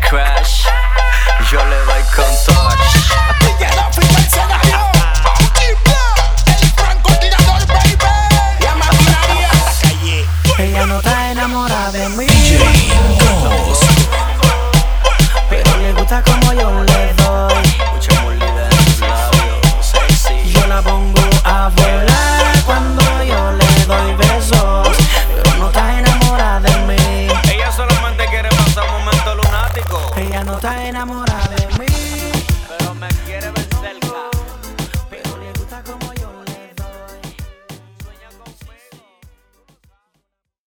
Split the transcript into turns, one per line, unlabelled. crash. Yo le doy con touch.
Pillado, firma el escenario. El francotirador, baby. La maquinaria.
Ella no está enamorada de mí. Pero le gusta como yo le doy.
Mucha molida en tus labios, sexy.
Yo la pongo a volar cuando yo le doy besos. Pero no está enamorada de mí.
Ella solamente quiere pasar un momento lunático.
Ella no está enamorada de mí.